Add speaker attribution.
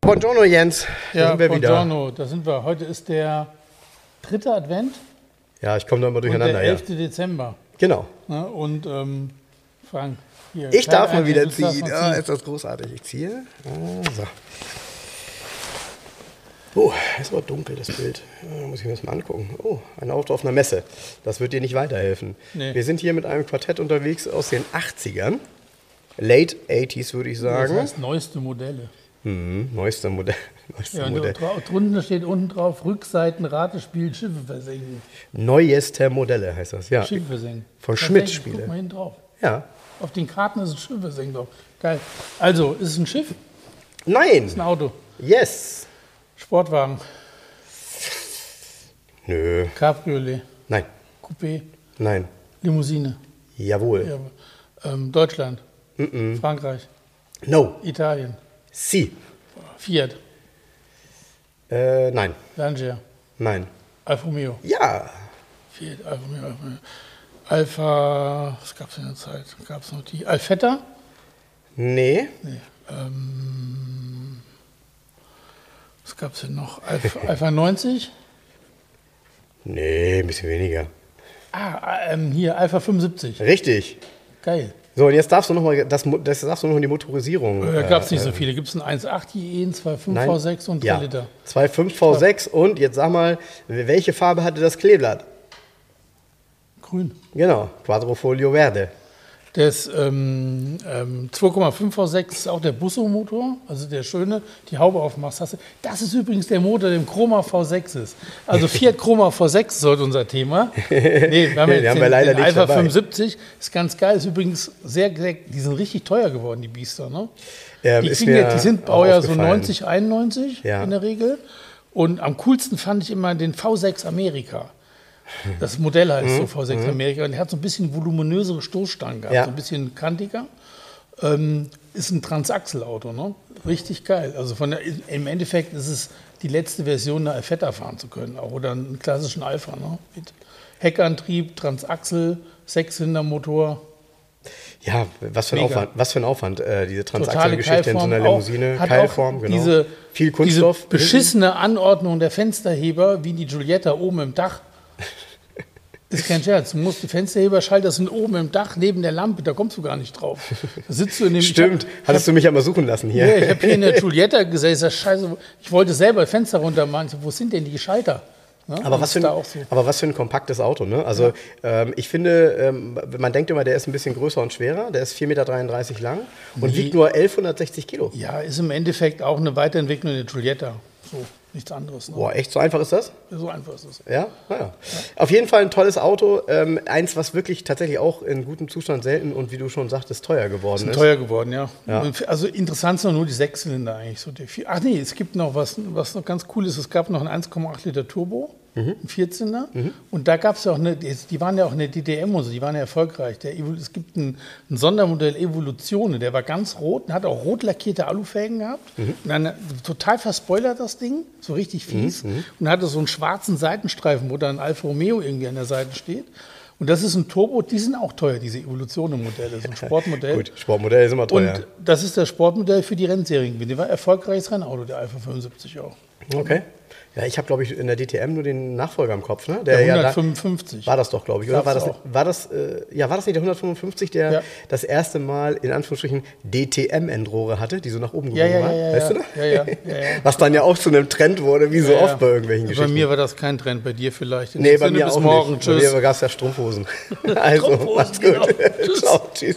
Speaker 1: Buongiorno, Jens. Da
Speaker 2: Ja,
Speaker 1: sind wir wieder.
Speaker 2: buongiorno, da sind wir. Heute ist der dritte Advent
Speaker 1: Ja, ich komme da immer
Speaker 2: und der
Speaker 1: durcheinander. Ja.
Speaker 2: 11. Dezember.
Speaker 1: Genau.
Speaker 2: Ne? Und ähm, Frank, hier.
Speaker 1: Ich
Speaker 2: kleiner
Speaker 1: darf mal
Speaker 2: Einblick,
Speaker 1: wieder
Speaker 2: du darfst
Speaker 1: ziehen.
Speaker 2: mal
Speaker 1: Ah, ist das großartig. Ich ziehe. Ah, so. Oh, ist aber dunkel, das Bild. Ah, muss ich mir das mal angucken. Oh, ein Auto auf einer Messe. Das wird dir nicht weiterhelfen.
Speaker 2: Nee.
Speaker 1: Wir sind hier mit einem Quartett unterwegs aus den 80ern. Late 80s, würde ich
Speaker 2: Das
Speaker 1: sagen.
Speaker 2: heißt neueste Modelle.
Speaker 1: Hm, neuester Modell. Neuester
Speaker 2: Ja, und
Speaker 1: Modell.
Speaker 2: dra- drunter steht unten drauf, Rückseiten, Ratespiel, Schiffe versenken.
Speaker 1: Neueste Modelle heißt das, ja.
Speaker 2: Schiffe versenken.
Speaker 1: Von
Speaker 2: Tatsächlich,
Speaker 1: Schmidt-Spiele.
Speaker 2: Guck mal hinten drauf.
Speaker 1: Ja.
Speaker 2: Auf den Karten ist ein Schiff versenkt drauf. Geil. Also, ist es ein Schiff? Ein
Speaker 1: Nein!
Speaker 2: Auto?
Speaker 1: Yes!
Speaker 2: Sportwagen?
Speaker 1: Nö.
Speaker 2: Cabriolet?
Speaker 1: Nein.
Speaker 2: Coupé?
Speaker 1: Nein.
Speaker 2: Limousine?
Speaker 1: Jawohl.
Speaker 2: Ja, ähm, Deutschland? Frankreich?
Speaker 1: No.
Speaker 2: Italien?
Speaker 1: Sie.
Speaker 2: Fiat,
Speaker 1: Äh, nein.
Speaker 2: Lancia,
Speaker 1: Nein.
Speaker 2: Alfa Romeo,
Speaker 1: Ja.
Speaker 2: Fiat, Alfa Romeo, Alfa Romeo. Alpha, was gab es in der Zeit? Gab es noch die? Alfetta?
Speaker 1: Nee.
Speaker 2: Nee. Ähm, was gab es denn noch? Alpha, Alpha 90?
Speaker 1: Nee, ein bisschen weniger.
Speaker 2: Ah, ähm, hier, Alpha 75.
Speaker 1: Richtig.
Speaker 2: Geil.
Speaker 1: So, und jetzt darfst du nochmal das, Mo- das darfst du noch in die Motorisierung.
Speaker 2: Da gab es
Speaker 1: äh,
Speaker 2: nicht so viele. Gibt es einen 1,8 IE, einen 2,5
Speaker 1: nein.
Speaker 2: V6 und 3
Speaker 1: ja.
Speaker 2: Liter?
Speaker 1: Zwei 5 V6 und jetzt sag mal, welche Farbe hatte das Kleeblatt?
Speaker 2: Grün.
Speaker 1: Genau, Quadrofolio Verde.
Speaker 2: Das ähm, ähm, 2,5 V6 ist auch der Busso-Motor, also der schöne, die Haube aufmachst. Hast du. Das ist übrigens der Motor, der im Chroma V6 ist. Also Fiat Chroma V6 ist heute unser Thema. Nee, wir haben,
Speaker 1: Den
Speaker 2: jetzt
Speaker 1: haben
Speaker 2: den,
Speaker 1: wir leider
Speaker 2: den
Speaker 1: nicht
Speaker 2: Alpha
Speaker 1: dabei.
Speaker 2: 75, ist ganz geil, ist übrigens sehr, sehr, die sind richtig teuer geworden, die Biester. Ne?
Speaker 1: Ähm,
Speaker 2: die,
Speaker 1: ist
Speaker 2: kriegen
Speaker 1: mir
Speaker 2: ja, die sind
Speaker 1: auch
Speaker 2: Baujahr so
Speaker 1: aufgefallen.
Speaker 2: 90, 91
Speaker 1: Ja.
Speaker 2: in der Regel. Und am coolsten fand ich immer den V6 Amerika. Das Modell heißt so V6 Amerika und der hat so ein bisschen voluminösere Stoßstangen gehabt,
Speaker 1: Ja.
Speaker 2: so ein bisschen kantiger. Ähm, ist ein Transaxel-Auto, ne? Richtig geil. Also von der, im Endeffekt ist es die letzte Version, eine Alfetta fahren zu können, auch, oder einen klassischen Alpha, ne? Mit Heckantrieb, Transaxel, Sechszylindermotor,
Speaker 1: Ja, was für ein
Speaker 2: Mega.
Speaker 1: Aufwand, was für ein Aufwand äh, diese
Speaker 2: totale
Speaker 1: Transaktionsgeschichte in so
Speaker 2: Keilform.
Speaker 1: einer Limousine,
Speaker 2: auch, hat
Speaker 1: Keilform,
Speaker 2: auch
Speaker 1: genau.
Speaker 2: Diese,
Speaker 1: Viel Kunststoff.
Speaker 2: Diese beschissene Anordnung der Fensterheber, wie die Giulietta oben im Dach. Ist kein Scherz. Du musst die Fensterheberschalter sind oben im Dach neben der Lampe, da kommst du gar nicht drauf. Da sitzt du in dem
Speaker 1: Stimmt,
Speaker 2: Ich hab,
Speaker 1: hattest du mich ja mal suchen lassen hier.
Speaker 2: ja, ich habe hier in der Giulietta gesessen, ich sag, scheiße, wo- ich wollte selber das Fenster runter machen. Ich sag, Wo sind denn die Schalter? Ne?
Speaker 1: Aber
Speaker 2: Und
Speaker 1: was, für ein,
Speaker 2: da auch so.
Speaker 1: aber was für ein kompaktes Auto, ne? Also ähm, ich finde, ähm, man denkt immer, der ist ein bisschen größer und schwerer, der ist 4,33 Meter lang und wiegt nur 1160 Kilo.
Speaker 2: Ja, ist im Endeffekt auch eine Weiterentwicklung der Giulietta. So, nichts anderes. Ne?
Speaker 1: Boah, echt so einfach ist das?
Speaker 2: So einfach ist es.
Speaker 1: Ja, naja. Auf jeden Fall ein tolles Auto. Ähm, eins, was wirklich tatsächlich auch in gutem Zustand selten und wie du schon sagtest, teuer geworden
Speaker 2: Sind
Speaker 1: ist.
Speaker 2: teuer geworden, ja.
Speaker 1: Ja.
Speaker 2: Also interessant sind nur die Sechszylinder eigentlich. So die vier, ach nee, es gibt noch was, was noch ganz cool ist. Es gab noch einen 1,8 Liter Turbo,
Speaker 1: Mhm.
Speaker 2: einen Vierzylinder. Und da gab es ja auch eine, die die waren ja auch eine DDM und so, die waren ja erfolgreich. Der, Evo- es gibt ein, ein Sondermodell Evolution, der war ganz rot und hat auch rot lackierte Alufelgen gehabt.
Speaker 1: Mhm.
Speaker 2: Und dann total verspoilert das Ding, so richtig fies.
Speaker 1: mhm.
Speaker 2: Und hatte so einen schwarzen Seitenstreifen, wo dann Alfa Romeo irgendwie an der Seite steht. Und das ist ein Turbo, die sind auch teuer, diese Evolutionen-Modelle, so ein Sportmodell.
Speaker 1: Gut, Sportmodell ist immer
Speaker 2: Und
Speaker 1: teuer.
Speaker 2: das ist das Sportmodell für die Rennserien. Die war erfolgreiches Rennauto, der Alpha 75 auch.
Speaker 1: okay. Ja, ich habe, glaube ich, in der DTM nur den Nachfolger im Kopf, ne?
Speaker 2: Der
Speaker 1: ja da-
Speaker 2: 155.
Speaker 1: War das doch, glaube ich, oder? War
Speaker 2: Gab's
Speaker 1: das,
Speaker 2: auch.
Speaker 1: war, das, äh, ja, war das nicht der 155, der
Speaker 2: Ja.
Speaker 1: das erste Mal in Anführungsstrichen DTM-Endrohre hatte, die so nach oben
Speaker 2: Ja,
Speaker 1: gehoben
Speaker 2: ja,
Speaker 1: war?
Speaker 2: ja, ja,
Speaker 1: weißt
Speaker 2: ja.
Speaker 1: du? noch?
Speaker 2: Ja, ja, ja, ja.
Speaker 1: Was dann ja auch zu einem Trend wurde, wie so
Speaker 2: Ja, ja.
Speaker 1: oft bei irgendwelchen
Speaker 2: Bei
Speaker 1: Geschichten.
Speaker 2: mir war das kein Trend, bei dir vielleicht. In
Speaker 1: nee,
Speaker 2: diesem
Speaker 1: bei
Speaker 2: Sinne,
Speaker 1: mir
Speaker 2: bis
Speaker 1: auch
Speaker 2: morgen.
Speaker 1: nicht.
Speaker 2: Tschüss.
Speaker 1: Bei mir gab es ja Strumpfhosen. also,
Speaker 2: Strumpfhosen,
Speaker 1: macht's gut.
Speaker 2: genau. Tschüss.
Speaker 1: Ciao, tschüss.